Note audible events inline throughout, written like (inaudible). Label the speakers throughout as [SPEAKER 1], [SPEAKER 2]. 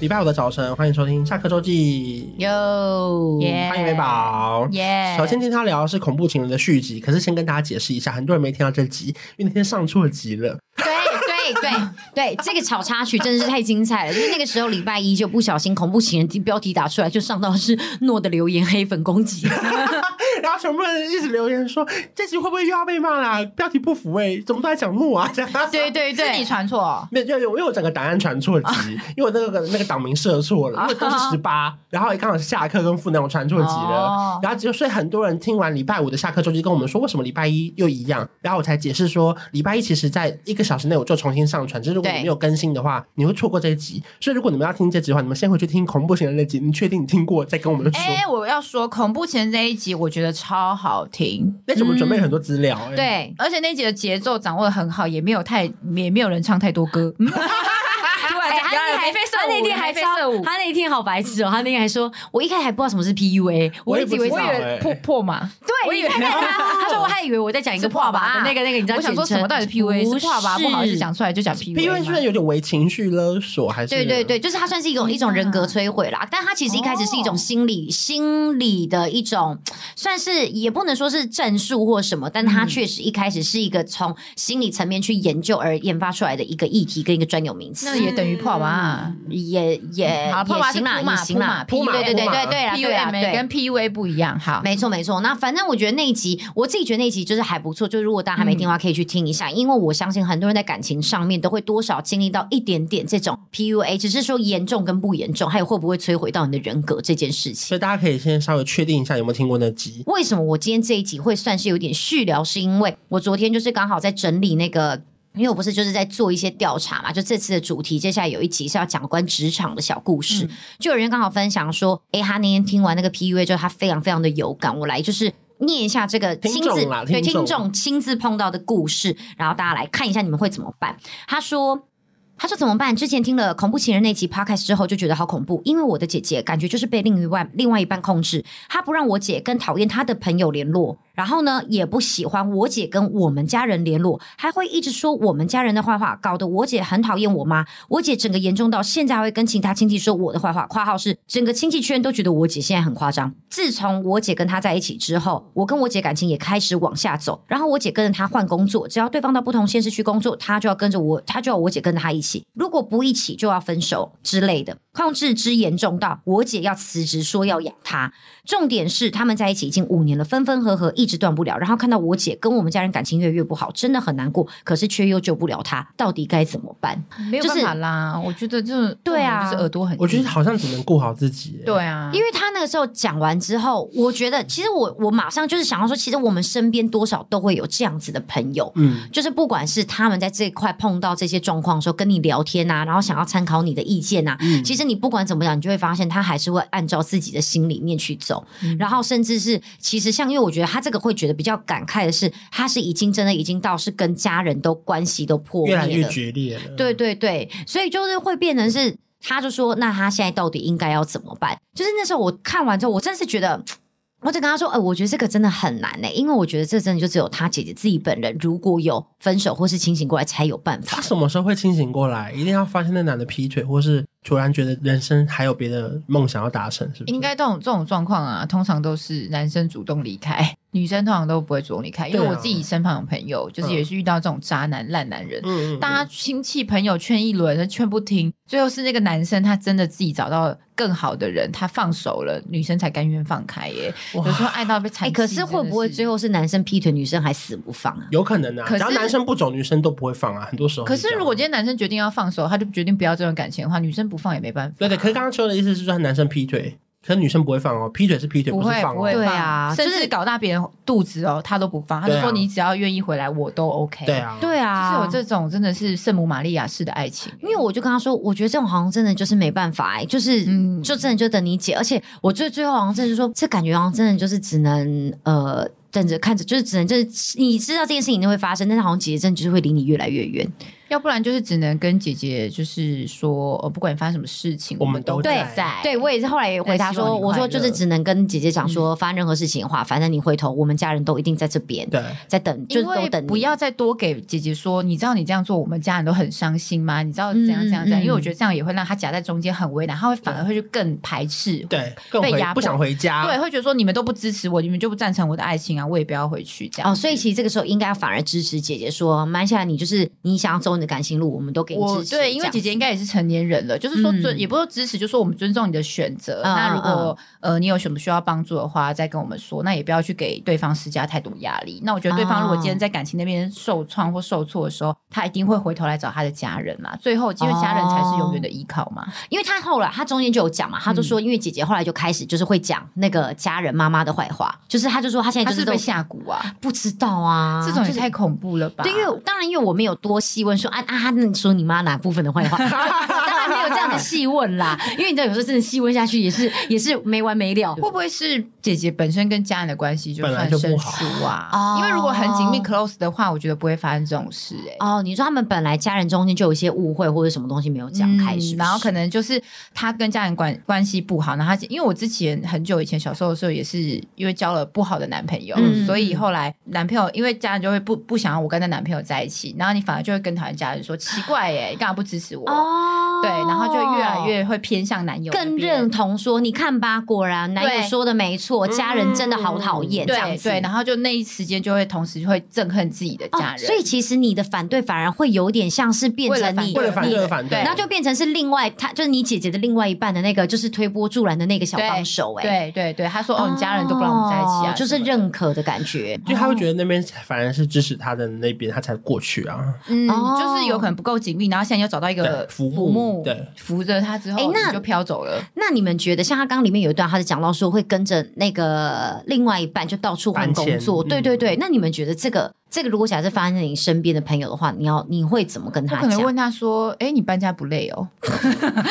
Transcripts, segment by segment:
[SPEAKER 1] 礼拜五的早晨，欢迎收听下课周记。嗯
[SPEAKER 2] 哟，耶
[SPEAKER 1] 欢迎美宝。
[SPEAKER 2] 耶！
[SPEAKER 1] 首先，今天要聊的是恐怖情人的续集，可是先跟大家解释一下，很多人没听到这集，因为那天上错集了。 (laughs)
[SPEAKER 2] 对对对对，这个小插曲真的是太精彩了，就是那个时候礼拜一就不小心恐怖情人标题打出来，就上到是诺的留言黑粉攻
[SPEAKER 3] (laughs)
[SPEAKER 2] 击，
[SPEAKER 3] 哎
[SPEAKER 1] 然后全部人一直留言说，这集会不会又要被骂啦、标题不符哎、怎么都在讲怒啊？这 (laughs) 样
[SPEAKER 2] 对对
[SPEAKER 3] 是
[SPEAKER 2] 对
[SPEAKER 3] 你，传错、哦，
[SPEAKER 1] 没有，因为我因为我整个档案传
[SPEAKER 2] 啊
[SPEAKER 1] 错集，因为我那个那个档名设错了，因为都是十八，然后也刚好是下课跟负能我传错集了
[SPEAKER 3] 哦，
[SPEAKER 1] 然后只有所以很多人听完礼拜五的下课周期跟我们说，为什么礼拜一又一样？然后我才解释说，礼拜一其实在一个小时内我就重新上传，就是如果你
[SPEAKER 2] 对
[SPEAKER 1] 没有更新的话，你会错过这一集。所以如果你们要听这集的话，你们先回去听恐怖型的那集，你确定你听过再跟我们说。
[SPEAKER 3] 哎、我要说恐怖前这一集，我觉得超好听，
[SPEAKER 1] 那集我们准备了很多资料、哎，
[SPEAKER 2] 嗯对，
[SPEAKER 3] 而且那集的节奏掌握的很好，也没有太也没有人唱太多 (laughs) 歌。嗯突然
[SPEAKER 2] 哎
[SPEAKER 3] 间
[SPEAKER 2] 他那
[SPEAKER 3] 有人
[SPEAKER 2] 天还
[SPEAKER 3] 眉飞色
[SPEAKER 2] 他
[SPEAKER 3] 舞
[SPEAKER 2] 那天
[SPEAKER 3] 有人
[SPEAKER 2] 还
[SPEAKER 3] 眉飞
[SPEAKER 2] 超
[SPEAKER 3] 色舞
[SPEAKER 2] 他那天好白痴哦，他那天还说，我一开始还不知道什么是 PUA，
[SPEAKER 1] 我也
[SPEAKER 2] 一直以为
[SPEAKER 1] 不
[SPEAKER 3] 我
[SPEAKER 1] 知
[SPEAKER 3] 以
[SPEAKER 1] 道哎
[SPEAKER 3] 为破破嘛，
[SPEAKER 2] 对，
[SPEAKER 3] 我以为
[SPEAKER 2] 你看看他，他说我还以为我在讲一个
[SPEAKER 3] 是
[SPEAKER 2] 爸
[SPEAKER 3] 爸
[SPEAKER 2] 爸
[SPEAKER 3] 爸
[SPEAKER 2] 的那个那个，你知道
[SPEAKER 3] 我想说
[SPEAKER 2] 简称
[SPEAKER 3] 什么到底是 PUA 是爸爸不好意思
[SPEAKER 2] 是
[SPEAKER 3] 讲出来就讲 PUA，
[SPEAKER 1] 因为
[SPEAKER 3] 吗
[SPEAKER 1] 虽然有点为情绪勒索，还是
[SPEAKER 2] 对对对，就是它算是一
[SPEAKER 3] 嗯
[SPEAKER 2] 种一种人格摧毁啦，但它其实一开始是一
[SPEAKER 3] 哦
[SPEAKER 2] 种心理、心理的一种，算是也不能说是战术或什么，但
[SPEAKER 3] 嗯
[SPEAKER 2] 它确实一开始是一个从心理层面去研究而研发出来的一个议题跟一个专有名词
[SPEAKER 3] 那。也等于破嘛。
[SPEAKER 2] 也也
[SPEAKER 3] 好破
[SPEAKER 2] 也
[SPEAKER 3] 马
[SPEAKER 2] 行
[SPEAKER 3] 是
[SPEAKER 2] 啦，
[SPEAKER 3] 铺马
[SPEAKER 2] 也行啦，
[SPEAKER 3] 铺马
[SPEAKER 2] 对对对
[SPEAKER 1] 铺马
[SPEAKER 2] 对对啦，对啦，
[SPEAKER 3] PUMA
[SPEAKER 2] 对
[SPEAKER 3] 跟。PUA 不一样，好，
[SPEAKER 2] 没错没错，那反正我觉得那一集，我自己觉得那一集就是还不错，就如果大家还没听的话，可以去听一下，因为我相信很多人在感情上面都会多少经历到一点点这种 PUA，只是说严重跟不严重，还有会不会摧毁到你的人格这件事情。
[SPEAKER 1] 所以大家可以先稍微确定一下有没有听过那集。
[SPEAKER 2] 为什么我今天这一集会算是有点续聊？是因为我昨天就是刚好在整理那个。因为我不是就是在做一些调查嘛，就这次的主题，接下来有一集是要讲关职场的小故事。
[SPEAKER 3] 嗯
[SPEAKER 2] 就有人刚好分享说，诶，他那天听完那个 PUA 之后，他非常非常的有感。我来就是念一下这个
[SPEAKER 1] 听
[SPEAKER 2] 亲
[SPEAKER 1] 众
[SPEAKER 2] 自
[SPEAKER 1] 啦
[SPEAKER 2] 对
[SPEAKER 1] 听众
[SPEAKER 2] 听众亲自碰到的故事，然后大家来看一下你们会怎么办。他说。他说怎么办？之前听了恐怖情人那集 podcast 之后，就觉得好恐怖，因为我的姐姐感觉就是被另一外另外一半控制，她不让我姐跟讨厌她的朋友联络，然后呢也不喜欢我姐跟我们家人联络，还会一直说我们家人的坏话，搞得我姐很讨厌我妈。我姐整个严重到现在还会跟其他亲戚说我的坏话，括号是整个亲戚圈都觉得我姐现在很夸张。自从我姐跟她在一起之后，我跟我姐感情也开始往下走，然后我姐跟着她换工作，只要对方到不同县市去工作，她就要跟着我，她就要我姐跟着她一起，如果不一起就要分手之类的。控制之严重到我姐要辞职，说要养她。重点是他们在一起已经五年了，分分合合一直断不了。然后看到我姐跟我们家人感情越来越不好，真的很难过，可是却又救不了她，到底该怎么办？
[SPEAKER 3] 没有
[SPEAKER 2] 就是
[SPEAKER 3] 办法啦，我觉得就是
[SPEAKER 2] 对啊
[SPEAKER 3] 就是耳朵很硬，
[SPEAKER 1] 我觉得好像只能顾好自己、
[SPEAKER 3] 对啊，
[SPEAKER 2] 因为他那个时候讲完之后，我觉得其实我我马上就是想要说，其实我们身边多少都会有这样子的朋友。
[SPEAKER 1] 嗯，
[SPEAKER 2] 就是不管是他们在这一块碰到这些状况的时候，跟你聊天啊，然后想要参考你的意见啊，
[SPEAKER 1] 嗯
[SPEAKER 2] 其实你不管怎么样，你就会发现他还是会按照自己的心里面去走。
[SPEAKER 1] 嗯
[SPEAKER 2] 然后甚至是其实像，因为我觉得他这个会觉得比较感慨的是，他是已经真的已经到是跟家人都关系都破
[SPEAKER 1] 越
[SPEAKER 2] 灭
[SPEAKER 1] 来越
[SPEAKER 2] 了，
[SPEAKER 1] 决裂了。
[SPEAKER 2] 对对对，所以就是会变成是，他就说，那他现在到底应该要怎么办？就是那时候我看完之后，我真的是觉得。我就跟他说，呃，我觉得这个真的很难呢、因为我觉得这真的就只有他姐姐自己本人，如果有分手或是清醒过来，才有办法 (laughs)
[SPEAKER 1] 他。什么时候会清醒过来？一定要发现那男的劈腿，或是突然觉得人生还有别的梦想要达成，是不是？
[SPEAKER 3] 应该这种这种状况啊，通常都是男生主动离开， (laughs) 女生通常都不会主动离开。因为
[SPEAKER 1] 对啊
[SPEAKER 3] 我自己身旁有朋友，就是也是遇到这种渣男、烂男人，啊
[SPEAKER 1] 嗯，嗯嗯，
[SPEAKER 3] 大家亲戚朋友劝一轮，劝不听，最后是那个男生他真的自己找到更好的人，他放手了，女生才甘愿放开耶。
[SPEAKER 1] 哇
[SPEAKER 3] 有时候爱到被
[SPEAKER 2] 哎、
[SPEAKER 3] 缠、
[SPEAKER 2] 可是会不会最
[SPEAKER 3] 后？
[SPEAKER 2] 后是男生劈腿，女生还死不放啊？
[SPEAKER 1] 有可能啊。
[SPEAKER 3] 可
[SPEAKER 1] 只
[SPEAKER 3] 是
[SPEAKER 1] 要男生不走，女生都不会放啊。很多时候这
[SPEAKER 3] 可
[SPEAKER 1] 样。
[SPEAKER 3] 是如果今天男生决定要放手，他就决定不要这段感情的话，女生不放也没办法。
[SPEAKER 1] 对对，可是刚刚秋的意思是说男生劈腿，可是女生不会放哦，劈腿是劈腿，
[SPEAKER 3] 不
[SPEAKER 1] 是
[SPEAKER 3] 会
[SPEAKER 1] 放
[SPEAKER 3] 不
[SPEAKER 1] 哦
[SPEAKER 3] 会。
[SPEAKER 2] 对
[SPEAKER 3] 放
[SPEAKER 2] 啊
[SPEAKER 3] 甚
[SPEAKER 2] 就是
[SPEAKER 3] 至搞大别人肚子哦，他都不放，他就
[SPEAKER 1] 对啊
[SPEAKER 3] 说你只要愿意回来，我都 OK。
[SPEAKER 1] 对，啊，
[SPEAKER 2] 对啊，
[SPEAKER 3] 就是有这种真的是圣母玛利亚式的爱情，
[SPEAKER 2] 因为我就跟他说，我觉得这种好像真的就是没办法、欸，就是、
[SPEAKER 3] 嗯
[SPEAKER 2] 就真的就等你姐，而且我最最后好像真的是说，这感觉好像真的就是只能呃等着看着，就是只能就是你知道这件事情一定会发生，但是好像姐姐真的就是会离你越来越远。
[SPEAKER 3] 要不然就是只能跟姐姐就是说，呃，不管发生什么事情，
[SPEAKER 1] 我们
[SPEAKER 3] 们
[SPEAKER 1] 都
[SPEAKER 3] 在
[SPEAKER 2] 对对，我也是后来也回答
[SPEAKER 3] 希
[SPEAKER 2] 说，
[SPEAKER 3] 望你快乐
[SPEAKER 2] 我说就是只能跟姐姐讲说，发生任何事情的话，反正你回头，我们家人都一定在这边，
[SPEAKER 1] 对，
[SPEAKER 2] 在等，就是
[SPEAKER 3] 因
[SPEAKER 2] 都
[SPEAKER 3] 为
[SPEAKER 2] 等你
[SPEAKER 3] 不。要再多给姐姐说，你知道你这样做，我们家人都很伤心吗？你知道怎样怎样怎
[SPEAKER 2] 嗯
[SPEAKER 3] 样？
[SPEAKER 2] 嗯
[SPEAKER 3] 因为我觉得这样也会让她夹在中间很为难，她会反而会去更排斥，
[SPEAKER 1] 对，啊更
[SPEAKER 3] 被
[SPEAKER 1] 回
[SPEAKER 3] 压迫
[SPEAKER 1] 不想回家，
[SPEAKER 3] 对，会觉得说你们都不支持我，你们就不赞成我的爱情啊，我也不要回去这样。
[SPEAKER 2] 哦，所以其实这个时候应该反而支持姐姐说，慢下来，你就是你想要走你的感情路，我们都给你
[SPEAKER 3] 我
[SPEAKER 2] 支持。
[SPEAKER 3] 对，因为姐姐应该也是成年人了，就是说尊，
[SPEAKER 2] 嗯
[SPEAKER 3] 也不是说支持，就是说我们尊重你的选择。
[SPEAKER 2] 嗯
[SPEAKER 3] 那
[SPEAKER 2] 嗯
[SPEAKER 3] 如果呃你有什么需要帮助的话，再跟我们说。那也不要去给对方施加太多压力。那我觉得对方如果今
[SPEAKER 2] 哦
[SPEAKER 3] 天在感情那边受创或受挫的时候，他一定会回头来找他的家人嘛。最后，因为家人才是永远
[SPEAKER 2] 哦
[SPEAKER 3] 的依靠嘛。
[SPEAKER 2] 因为他后来他中间就有
[SPEAKER 3] 嗯
[SPEAKER 2] 讲嘛，他就说，因为姐姐后来就开始就是会讲那个家人妈妈的坏话，就是他就说他现在
[SPEAKER 3] 他
[SPEAKER 2] 就是是都
[SPEAKER 3] 被下蛊啊，
[SPEAKER 2] 不知道啊，
[SPEAKER 3] 这种
[SPEAKER 2] 就
[SPEAKER 3] 也
[SPEAKER 2] 是
[SPEAKER 3] 太恐怖了吧？
[SPEAKER 2] 对，因为当然因为我没有多细问说啊啊，那你说你妈哪部分的坏话， (laughs) 当然没有这样的细问啦，因为你知道有时候真的细问下去也是也是没完没了。
[SPEAKER 3] 会不会是姐姐本身跟家人的关系就
[SPEAKER 1] 本来
[SPEAKER 3] 算
[SPEAKER 1] 就
[SPEAKER 3] 生
[SPEAKER 1] 不好
[SPEAKER 3] 疏啊？
[SPEAKER 2] 哦
[SPEAKER 3] 因为如果很紧密 close 的话，我觉得不会发生这种事、欸。
[SPEAKER 2] 哦，你说他们本来家人中间就有一些误会或者什么东西没有讲开，是不是
[SPEAKER 3] 嗯然后可能就是他跟家人关关系不好，然后他因为我之前很久以前小时候的时候也是因为交了不好的男朋友，
[SPEAKER 2] 嗯
[SPEAKER 3] 所以后来男朋友因为家人就会不不想要我跟那男朋友在一起，然后你反而就会跟讨厌家人说奇怪耶、你干嘛不支持我？
[SPEAKER 2] 哦，
[SPEAKER 3] 对，然后就越来越会偏向男友那
[SPEAKER 2] 更
[SPEAKER 3] 边
[SPEAKER 2] 认同说，你看吧，果然男友
[SPEAKER 3] 对
[SPEAKER 2] 说的没错，家人真的好讨厌，这样
[SPEAKER 3] 对
[SPEAKER 2] 子。
[SPEAKER 3] 对，然后就那一时间就会同时会憎恨自己的
[SPEAKER 2] 哦
[SPEAKER 3] 家人，
[SPEAKER 2] 所以其实你的反对反而会有点像是变
[SPEAKER 3] 为了
[SPEAKER 2] 成
[SPEAKER 3] 反
[SPEAKER 2] 你
[SPEAKER 1] 为了反对
[SPEAKER 2] 你
[SPEAKER 1] 而反对，
[SPEAKER 3] 对
[SPEAKER 2] 然后就变成是另外他就是你姐姐的另外一半的那个，就是推波助澜的那个小
[SPEAKER 3] 对
[SPEAKER 2] 帮手、欸，
[SPEAKER 3] 对对对，他说哦，你家人都不让我们在一起啊，
[SPEAKER 2] 哦就是
[SPEAKER 3] 什么的
[SPEAKER 2] 认可的感觉。哦
[SPEAKER 1] 就他会觉得那边反而是支持他的那边，他才过去啊。
[SPEAKER 3] 嗯，
[SPEAKER 2] 哦
[SPEAKER 3] 就是有可能不够紧密，然后现在又找到一个
[SPEAKER 1] 对浮木
[SPEAKER 3] 浮木，
[SPEAKER 1] 对，
[SPEAKER 3] 扶着他之后，
[SPEAKER 2] 诶那
[SPEAKER 3] 你就飘走了。
[SPEAKER 2] 那你们觉得，像他刚刚里面有一段，他是讲到说会跟着那个另外一半就到处换
[SPEAKER 1] 搬
[SPEAKER 2] 工
[SPEAKER 1] 迁
[SPEAKER 2] 作，
[SPEAKER 1] 嗯
[SPEAKER 2] 对对对。那你们觉得这个这个，如果假设发生在你身边的朋友的话，你要你会怎么跟
[SPEAKER 3] 我
[SPEAKER 2] 他
[SPEAKER 3] 可能
[SPEAKER 2] 讲？
[SPEAKER 3] 问他说：“哎、你搬家不累哦？” (laughs) 因为搬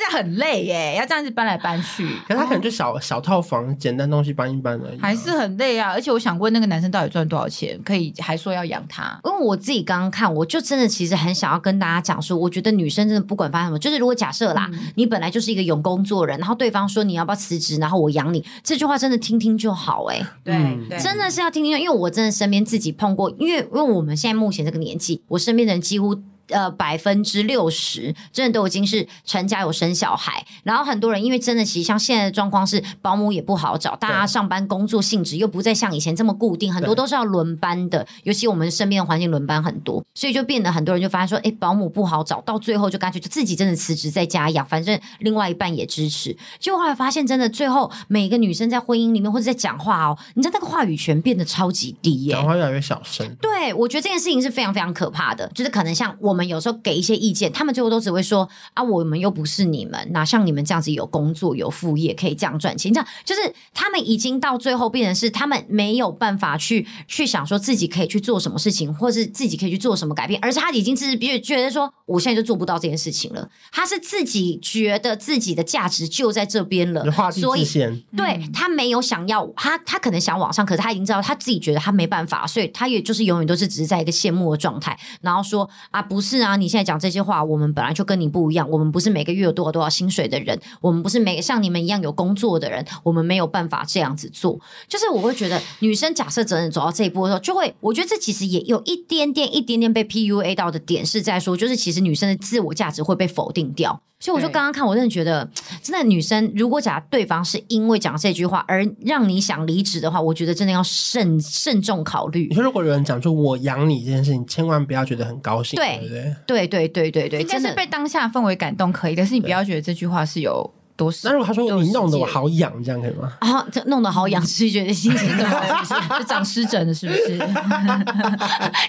[SPEAKER 3] 家很累耶，要这样子搬来搬去，哦
[SPEAKER 1] 可是他可能就小小套房，简单东西搬一搬而已啊，
[SPEAKER 3] 还是很累啊。而且我想问那个男生到底赚多少钱，可以还说要养他？
[SPEAKER 2] 因为我自己刚刚看，我就真的其实很想要跟大家讲说，我觉得女生真的不管发生什么，就是如果假设啦，你本来就是一个有工作人，然后对方说你要不要辞职，然后我养你，这句话真的听听就好哎、
[SPEAKER 3] 对、
[SPEAKER 1] 嗯
[SPEAKER 3] 对，
[SPEAKER 2] 真的是要听听，因为我真的身边自己碰过，因为因为我们现在目前这个年纪，我身边的人几乎。呃，百分之六十真的都已经是成家有生小孩，然后很多人因为真的，其实像现在的状况是保姆也不好找，大家上班工作性质又不再像以前这么固定，很多
[SPEAKER 1] 对
[SPEAKER 2] 都是要轮班的，尤其我们身边的环境轮班很多，所以就变得很多人就发现说，哎，保姆不好找，到最后就干脆就自己真的辞职在家养，反正另外一半也支持，就后来发现，真的最后每个女生在婚姻里面或者在讲话哦，你知道那个话语权变得超级低耶、
[SPEAKER 1] 讲话越来越小声。
[SPEAKER 2] 对，我觉得这件事情是非常非常可怕的，就是可能像我们有时候给一些意见，他们最后都只会说啊，我们又不是你们，哪像你们这样子有工作有副业可以这样赚钱，这样就是他们已经到最后变成是他们没有办法去去想说自己可以去做什么事情，或是自己可以去做什么改变，而是他已经自觉觉得说我现在就做不到这件事情了，他是自己觉得自己的价值就在这边了
[SPEAKER 1] 就，画地
[SPEAKER 2] 所以
[SPEAKER 1] 自限，
[SPEAKER 2] 对他没有想要，他他可能想往上，可是他已经知道他自己觉得他没办法，所以他也就是永远都是只是在一个羡慕的状态，然后说啊不是啊，你现在讲这些话，我们本来就跟你不一样，我们不是每个月有多少多少薪水的人，我们不是每像你们一样有工作的人，我们没有办法这样子做。就是我会觉得女生假设真的走到这一步的时候，就会我觉得这其实也有一点点一点点被 PUA 到的点是在说，就是其实女生的自我价值会被否定掉。所以我就
[SPEAKER 3] 对
[SPEAKER 2] 刚刚看，我真的觉得，真的女生如果假如对方是因为讲这句话而让你想离职的话，我觉得真的要慎慎重考虑
[SPEAKER 1] 你。说如果有人讲出“我养你”这件事情，千万不要觉得很高兴，
[SPEAKER 2] 对
[SPEAKER 1] 对不对？
[SPEAKER 2] 对对对对对，
[SPEAKER 3] 应该
[SPEAKER 2] 真
[SPEAKER 3] 是
[SPEAKER 2] 的
[SPEAKER 3] 被当下氛围感动可以，但是你不要觉得这句话是有。多时。
[SPEAKER 1] 那如果他说
[SPEAKER 3] 多时
[SPEAKER 1] 你
[SPEAKER 3] 间
[SPEAKER 1] 弄得我好痒，这样可以吗？
[SPEAKER 2] 啊，这弄得好痒，是觉得心情怎么好？是不是
[SPEAKER 3] (laughs) 是长湿疹了，是不
[SPEAKER 2] (laughs)
[SPEAKER 3] 是？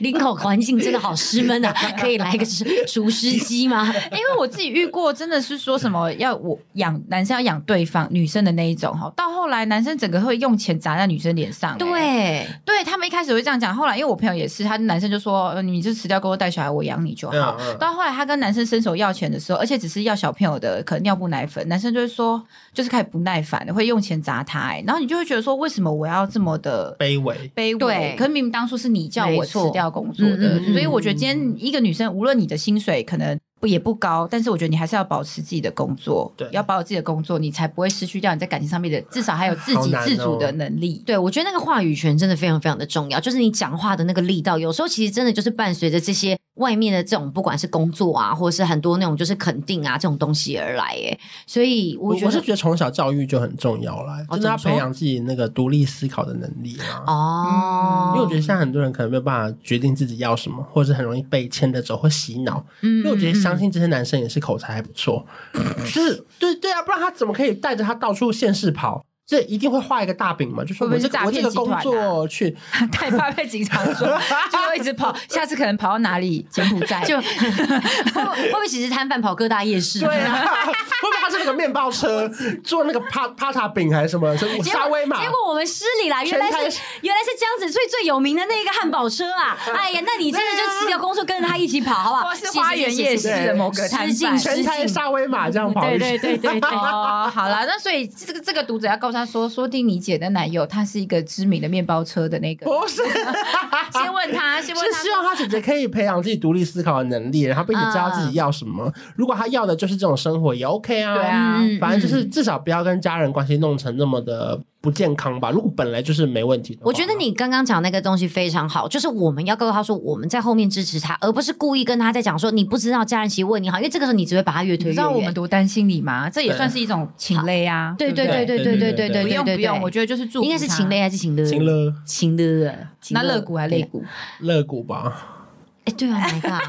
[SPEAKER 2] 林口环境真的好湿闷啊，可以来个除除湿机吗？
[SPEAKER 3] 因为我自己遇过，真的是说什么要我养男生要养对方女生的那一种哈，到后来男生整个会用钱砸在女生脸上、欸
[SPEAKER 2] 对，
[SPEAKER 3] 对他们一开始会这样讲，后来因为我朋友也是，他男生就说呃你就辞掉工作带小孩，我养你就好。
[SPEAKER 1] 嗯嗯
[SPEAKER 3] 到后来他跟男生伸手要钱的时候，而且只是要小朋友的可能尿布奶粉，男生就会说就是开始不耐烦了，会用钱砸他、欸然后你就会觉得说为什么我要这么的。
[SPEAKER 1] 卑微，
[SPEAKER 3] 卑微，
[SPEAKER 2] 对
[SPEAKER 3] 可是明明当初是你叫我
[SPEAKER 2] 没
[SPEAKER 3] 辞
[SPEAKER 2] 错
[SPEAKER 3] 掉工作
[SPEAKER 2] 嗯
[SPEAKER 3] 的，
[SPEAKER 2] 嗯嗯
[SPEAKER 3] 所以我觉得今天一个女生，无论你的薪水可能不也不高，但是我觉得你还是要保持自己的工作，
[SPEAKER 1] 对
[SPEAKER 3] 要保有自己的工作，你才不会失去掉你在感情上面的，至少还有自
[SPEAKER 1] 好
[SPEAKER 3] 己
[SPEAKER 1] 难哦
[SPEAKER 3] 自主的能力。
[SPEAKER 2] 对，我觉得那个话语权真的非常非常的重要，就是你讲话的那个力道，有时候其实真的就是伴随着这些外面的这种，不管是工作啊，或者是很多那种就是肯定啊这种东西而来，耶。所以我
[SPEAKER 1] 我
[SPEAKER 2] 觉
[SPEAKER 1] 我
[SPEAKER 2] 得
[SPEAKER 1] 是觉得从小教育就很重要啦，
[SPEAKER 2] 哦
[SPEAKER 1] 真的要
[SPEAKER 2] 怎么说
[SPEAKER 1] 培养自己那个独立思考的能力啊啦。
[SPEAKER 2] 哦，
[SPEAKER 1] 嗯因为我觉得现在很多人可能没有办法决定自己要什么，或者是很容易被牵着走或洗脑。
[SPEAKER 3] 嗯
[SPEAKER 1] 因为我觉得相信这些男生也是口才还不
[SPEAKER 3] (laughs)
[SPEAKER 1] 错，就是对对啊，不然他怎么可以带着他到处县市跑？这一定会画一个大饼嘛，就说
[SPEAKER 3] 会不
[SPEAKER 1] 我
[SPEAKER 3] 会
[SPEAKER 1] 这
[SPEAKER 3] 是
[SPEAKER 1] 个
[SPEAKER 3] 诈
[SPEAKER 1] 我
[SPEAKER 3] 骗
[SPEAKER 1] 这个
[SPEAKER 3] 集
[SPEAKER 1] 工
[SPEAKER 3] 团啊
[SPEAKER 1] 作去，
[SPEAKER 3] (laughs) 太怕被警察抓， (laughs) 就要一直跑，下次可能跑到哪里？柬埔寨
[SPEAKER 2] 就 (laughs) 会不会会不会其实摊贩跑各大夜市？
[SPEAKER 1] 对
[SPEAKER 3] (laughs)
[SPEAKER 1] 啊，会不会他是那个面包车做那个帕帕塔饼还是什么什么
[SPEAKER 2] 结
[SPEAKER 1] 沙
[SPEAKER 2] 果
[SPEAKER 1] 威玛？
[SPEAKER 2] 结果我们失礼啦，原
[SPEAKER 1] 全
[SPEAKER 2] 来
[SPEAKER 1] 台
[SPEAKER 2] 是原来是江子翠最有名的那一个汉堡车
[SPEAKER 1] (laughs)
[SPEAKER 2] 啊！哎呀，那你真的就辞
[SPEAKER 1] 啊
[SPEAKER 2] 掉工作，跟着他一起跑，好不好？
[SPEAKER 3] 或是花园夜市的某个摊
[SPEAKER 2] 失敬
[SPEAKER 3] 贩。
[SPEAKER 2] 失
[SPEAKER 1] 全台沙威玛这样跑一圈
[SPEAKER 3] 对对对
[SPEAKER 1] (laughs)
[SPEAKER 3] 对对，哦，好啦，那所以这个这个读者要告诉他说，说不定你姐的男友他是一个知名的面包车的那个，
[SPEAKER 1] 不是，
[SPEAKER 3] (laughs) 先问他，先问
[SPEAKER 1] 是
[SPEAKER 3] 他
[SPEAKER 2] 啊
[SPEAKER 1] 希望他
[SPEAKER 3] (laughs)
[SPEAKER 1] 姐姐可以培养自己独立思考的能力，然后并且知道自己要什么。如果他要的就是这种生活，也 OK 啊。
[SPEAKER 3] 嗯对啊
[SPEAKER 2] 嗯
[SPEAKER 1] 反正就是至少不要跟家人关系弄成那么的不健康吧。如果本来就是没问题的话，
[SPEAKER 2] 我觉得你刚刚讲那个东西非常好，就是我们要告诉他说我们在后面支持他，而不是故意跟他在讲说你不知道家人其实为你好，因为这个时候你只会把他越
[SPEAKER 3] 你
[SPEAKER 2] 推越
[SPEAKER 3] 知道我们
[SPEAKER 2] 远。
[SPEAKER 3] 多担心你吗？这也
[SPEAKER 1] 对
[SPEAKER 3] 算是一种情勒啊，
[SPEAKER 2] 对
[SPEAKER 3] 不
[SPEAKER 2] 对对
[SPEAKER 1] 对
[SPEAKER 2] 对对对对对，
[SPEAKER 3] 不用不用，我觉得就是祝福
[SPEAKER 2] 应该是
[SPEAKER 3] 他
[SPEAKER 2] 情勒。还是情勒？
[SPEAKER 1] 行了，
[SPEAKER 2] 情勒，情
[SPEAKER 3] 那肋骨还肋？骨，
[SPEAKER 1] 乐谷吧，
[SPEAKER 2] 哎，对啊，My God，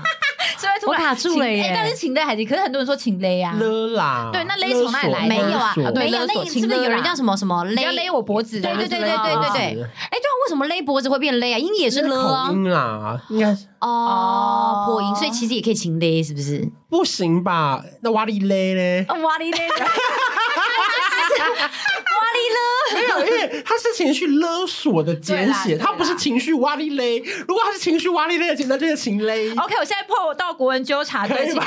[SPEAKER 3] 所以突然
[SPEAKER 2] 我卡住了耶
[SPEAKER 3] 情哎但是情勒还是，可是很多人说情勒啊，
[SPEAKER 1] 勒啦，
[SPEAKER 3] 对那勒从哪里来的
[SPEAKER 2] 没有啊
[SPEAKER 1] 勒索，
[SPEAKER 3] 对
[SPEAKER 2] 没有，
[SPEAKER 3] 勒
[SPEAKER 2] 那
[SPEAKER 3] 索
[SPEAKER 2] 你是不
[SPEAKER 3] 情
[SPEAKER 2] 是
[SPEAKER 3] 勒
[SPEAKER 2] 有人
[SPEAKER 3] 啦
[SPEAKER 2] 叫什么什么
[SPEAKER 3] 不
[SPEAKER 2] 勒
[SPEAKER 3] 要？勒我脖子啊，
[SPEAKER 2] 对对对对对
[SPEAKER 3] 啊
[SPEAKER 2] 对对。哎，对啊，为什么勒脖子会变勒啊？因为也是勒啊
[SPEAKER 1] 口音啦，应该是
[SPEAKER 2] 哦
[SPEAKER 3] 哦，
[SPEAKER 2] 破音，所以其实也可以情勒，是不是？
[SPEAKER 1] 不行吧？那瓦力勒嘞？
[SPEAKER 2] 啊，哇哩勒，哇
[SPEAKER 1] 没有，因为它是情绪勒索的简
[SPEAKER 3] 对
[SPEAKER 1] 写，
[SPEAKER 3] 啦对啦
[SPEAKER 1] 它不是情绪瓦力勒。如果它是情绪瓦力勒，简单就是情勒。
[SPEAKER 3] 哦 OK，我现在破到国文纠察
[SPEAKER 1] 可
[SPEAKER 3] 队
[SPEAKER 1] 以
[SPEAKER 3] 请
[SPEAKER 1] 吧？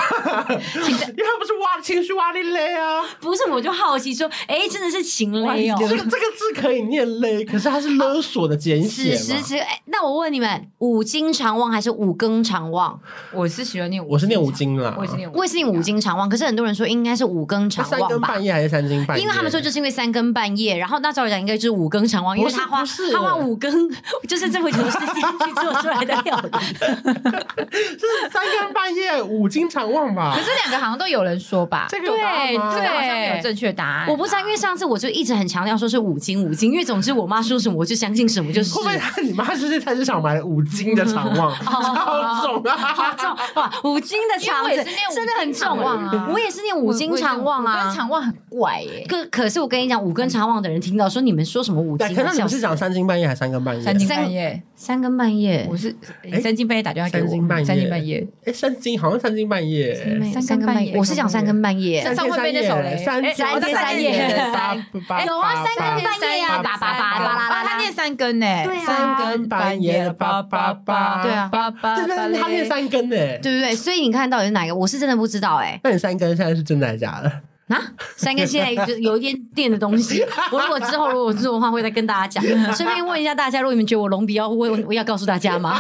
[SPEAKER 1] 因为他不是挖情绪挖的勒啊，
[SPEAKER 2] 哩勒，不是，我就好奇说，哎，真的是情勒哦
[SPEAKER 1] 这。个这个字可以念勒，可是它是勒索的简写
[SPEAKER 2] 此
[SPEAKER 1] 嘛
[SPEAKER 2] 时。此，哎，那我问你们，五经常忘还是五更常忘？
[SPEAKER 3] 我是喜欢念，
[SPEAKER 1] 我是念五，经啦，
[SPEAKER 3] 我也是念五经，
[SPEAKER 2] 我也是念五经常忘，可是很多人说应该是五更
[SPEAKER 1] 那
[SPEAKER 2] 常
[SPEAKER 1] 三
[SPEAKER 2] 忘
[SPEAKER 1] 更
[SPEAKER 2] 吧
[SPEAKER 1] 半。夜还是三更半夜？
[SPEAKER 2] 因为他们说就是因为三更半夜，然后那照理讲应该就是五更常忘，因为
[SPEAKER 1] 不是
[SPEAKER 2] 他花
[SPEAKER 1] 不是
[SPEAKER 2] 他花五更 (laughs) 就是这么久的时间去做出来的料
[SPEAKER 1] (laughs)
[SPEAKER 2] 理。
[SPEAKER 1] 是三更半夜五经常忘吧
[SPEAKER 3] 可？是两个好像都有人说吧，
[SPEAKER 1] 这个有答案吗
[SPEAKER 3] 这个好像没有
[SPEAKER 2] 对
[SPEAKER 3] 正确答案，
[SPEAKER 2] 我不知道，因为上次我就一直很强调说是五经五经，因为总之我妈说什么我就相信什么，就是
[SPEAKER 1] 会不
[SPEAKER 2] (laughs)
[SPEAKER 1] 会他你妈就是菜市场买了五斤的肠旺，超重
[SPEAKER 2] 好
[SPEAKER 1] 啊！
[SPEAKER 2] 重哇，五经的肠
[SPEAKER 3] 因为我
[SPEAKER 2] 子
[SPEAKER 3] 也是念五经
[SPEAKER 2] 真的很重
[SPEAKER 3] 常忘啊
[SPEAKER 2] 我也是念五经常忘
[SPEAKER 3] 我也是
[SPEAKER 2] 啊
[SPEAKER 3] 五根。常忘很怪耶。
[SPEAKER 2] 可可是我跟你讲，五根常忘的人听到说你们说什么五经
[SPEAKER 1] 对，可
[SPEAKER 2] 啊，
[SPEAKER 1] 是你
[SPEAKER 2] 笑
[SPEAKER 1] 们
[SPEAKER 2] 死
[SPEAKER 1] 是讲三更半夜还是三更半夜？
[SPEAKER 3] 三更
[SPEAKER 2] 三
[SPEAKER 3] 半夜，
[SPEAKER 2] 三更半夜
[SPEAKER 3] 我，是诶
[SPEAKER 1] 诶
[SPEAKER 3] 三更半夜打电话给我，
[SPEAKER 1] 三更半夜
[SPEAKER 3] 三更半夜，
[SPEAKER 1] 哎，三更好像三更半夜，
[SPEAKER 2] 三
[SPEAKER 3] 三更半夜
[SPEAKER 2] 我是讲三更半夜，
[SPEAKER 1] 三
[SPEAKER 3] 上
[SPEAKER 1] 天
[SPEAKER 3] 会
[SPEAKER 1] 三
[SPEAKER 3] 被那首
[SPEAKER 1] 夜，
[SPEAKER 3] 嘞
[SPEAKER 1] 三
[SPEAKER 3] 诶
[SPEAKER 2] 三天三夜
[SPEAKER 1] 三
[SPEAKER 3] 哎
[SPEAKER 1] 有啊，
[SPEAKER 2] 三更半夜啊
[SPEAKER 3] 三
[SPEAKER 2] 叭叭叭叭啦啦啦
[SPEAKER 3] 啊他念三更呢，
[SPEAKER 2] 对啊
[SPEAKER 3] 三更半夜了，叭叭叭，
[SPEAKER 1] 对啊
[SPEAKER 3] 叭叭，
[SPEAKER 1] 真的，他念三更呢。
[SPEAKER 2] 对不对？所以你看到底是哪一个？我是真的不知道哎、
[SPEAKER 1] 那你三更现在是真的还是假的？
[SPEAKER 2] 啊，三更现在就有一点电的东西。我如果之后如果做的话，会再跟大家讲。顺便问一下大家，如果你们觉得我龙鼻要问，我要告诉大家吗？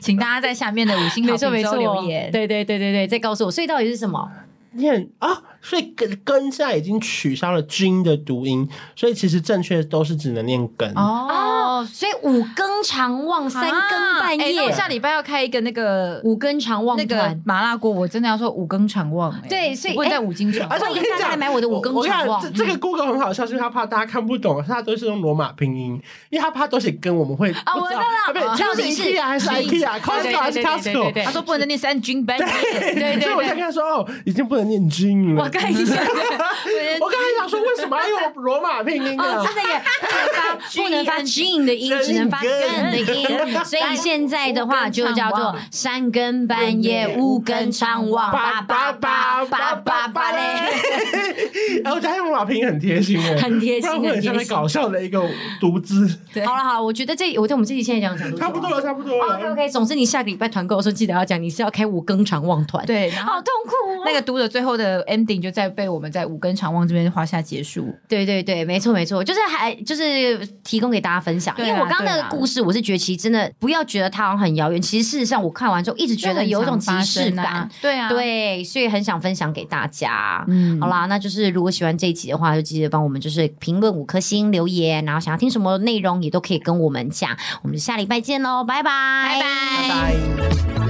[SPEAKER 3] 请大家在下面的五星
[SPEAKER 2] 没
[SPEAKER 3] 好
[SPEAKER 2] 错没
[SPEAKER 3] 评
[SPEAKER 2] 错
[SPEAKER 3] 中，留言。
[SPEAKER 2] 对对对对对，再告诉我，所以到底是什么？
[SPEAKER 1] 念啊，所以根根现在已经取消了“君”的读音，所以其实正确都是只能念“根”。
[SPEAKER 3] 哦哦，
[SPEAKER 2] 所以五更长望，三更半
[SPEAKER 3] 啊哎那
[SPEAKER 2] 夜，
[SPEAKER 3] 我下礼拜要开一个那个
[SPEAKER 2] 五更长望
[SPEAKER 3] 那个
[SPEAKER 2] 团。
[SPEAKER 3] 麻辣锅，我真的要说五更肠旺、哎
[SPEAKER 2] 对所以
[SPEAKER 3] 不会在五更肠旺、
[SPEAKER 1] 而啊且我跟你
[SPEAKER 2] 欢迎大家
[SPEAKER 1] 讲，
[SPEAKER 2] 来买我的五更
[SPEAKER 1] 我跟你
[SPEAKER 2] 肠旺
[SPEAKER 1] 讲，这这个 Google 很好笑，是因为他怕大家看不懂，他都是用罗马拼音，因为他怕都写跟我们会啊
[SPEAKER 2] 我知道哦
[SPEAKER 1] 不是，
[SPEAKER 2] 到
[SPEAKER 1] 就是
[SPEAKER 2] 底是
[SPEAKER 1] IKEA 还是
[SPEAKER 2] 拼
[SPEAKER 1] IKEA，Costco 还是 (laughs) Costco，
[SPEAKER 3] 他说不能再念三军班，对对
[SPEAKER 1] 所以我在
[SPEAKER 3] 对
[SPEAKER 1] 跟他说哦，已经不能念军了。
[SPEAKER 3] 我
[SPEAKER 1] 我
[SPEAKER 3] 看一下，对
[SPEAKER 1] 刚才想说，为什么要用罗马拼音
[SPEAKER 2] 哦，
[SPEAKER 1] 啊？
[SPEAKER 2] 真的耶，不能发 “jin” 的音，只能发“更”的音，所以现在的话就叫做三更半夜五更长望，叭叭叭叭叭叭嘞，
[SPEAKER 1] (laughs) 哎，我觉得他用罗马拼音很贴心哎，
[SPEAKER 2] 很贴
[SPEAKER 1] 不然
[SPEAKER 2] 心
[SPEAKER 1] 会很像在搞笑的一个独资，
[SPEAKER 3] 对
[SPEAKER 2] 好了好了，我觉得这我对我们这集现在讲讲
[SPEAKER 1] 差不多了，哦差不多
[SPEAKER 2] OK
[SPEAKER 1] 了。
[SPEAKER 2] OK，总之你下个礼拜团购的时候记得要讲，你是要开五更长望团，，
[SPEAKER 3] 对，然
[SPEAKER 2] 好
[SPEAKER 3] 后。
[SPEAKER 2] 痛苦哦。
[SPEAKER 3] 那个读者最后的 ending 就在被我们在五根长望这边画下结束。
[SPEAKER 2] 对对对，没错没错，就是还就是提供给大家分享，因
[SPEAKER 3] 对
[SPEAKER 2] 为
[SPEAKER 3] 啦
[SPEAKER 2] 我刚刚那
[SPEAKER 3] 对啊
[SPEAKER 2] 个
[SPEAKER 3] 啦
[SPEAKER 2] 故事，我是觉得其实真的不要觉得它好像很遥远，其实事实上我看完之后一直觉得有一种即视感，
[SPEAKER 3] 啊，对啊，，
[SPEAKER 2] 对，所以很想分享给大家。
[SPEAKER 3] 嗯
[SPEAKER 2] 好，啦，那就是如果喜欢这一集的话，就记得帮我们就是评论五颗星、留言，然后想要听什么内容也都可以跟我们讲。我们下礼拜见喽，拜拜，
[SPEAKER 3] 拜拜
[SPEAKER 1] 拜。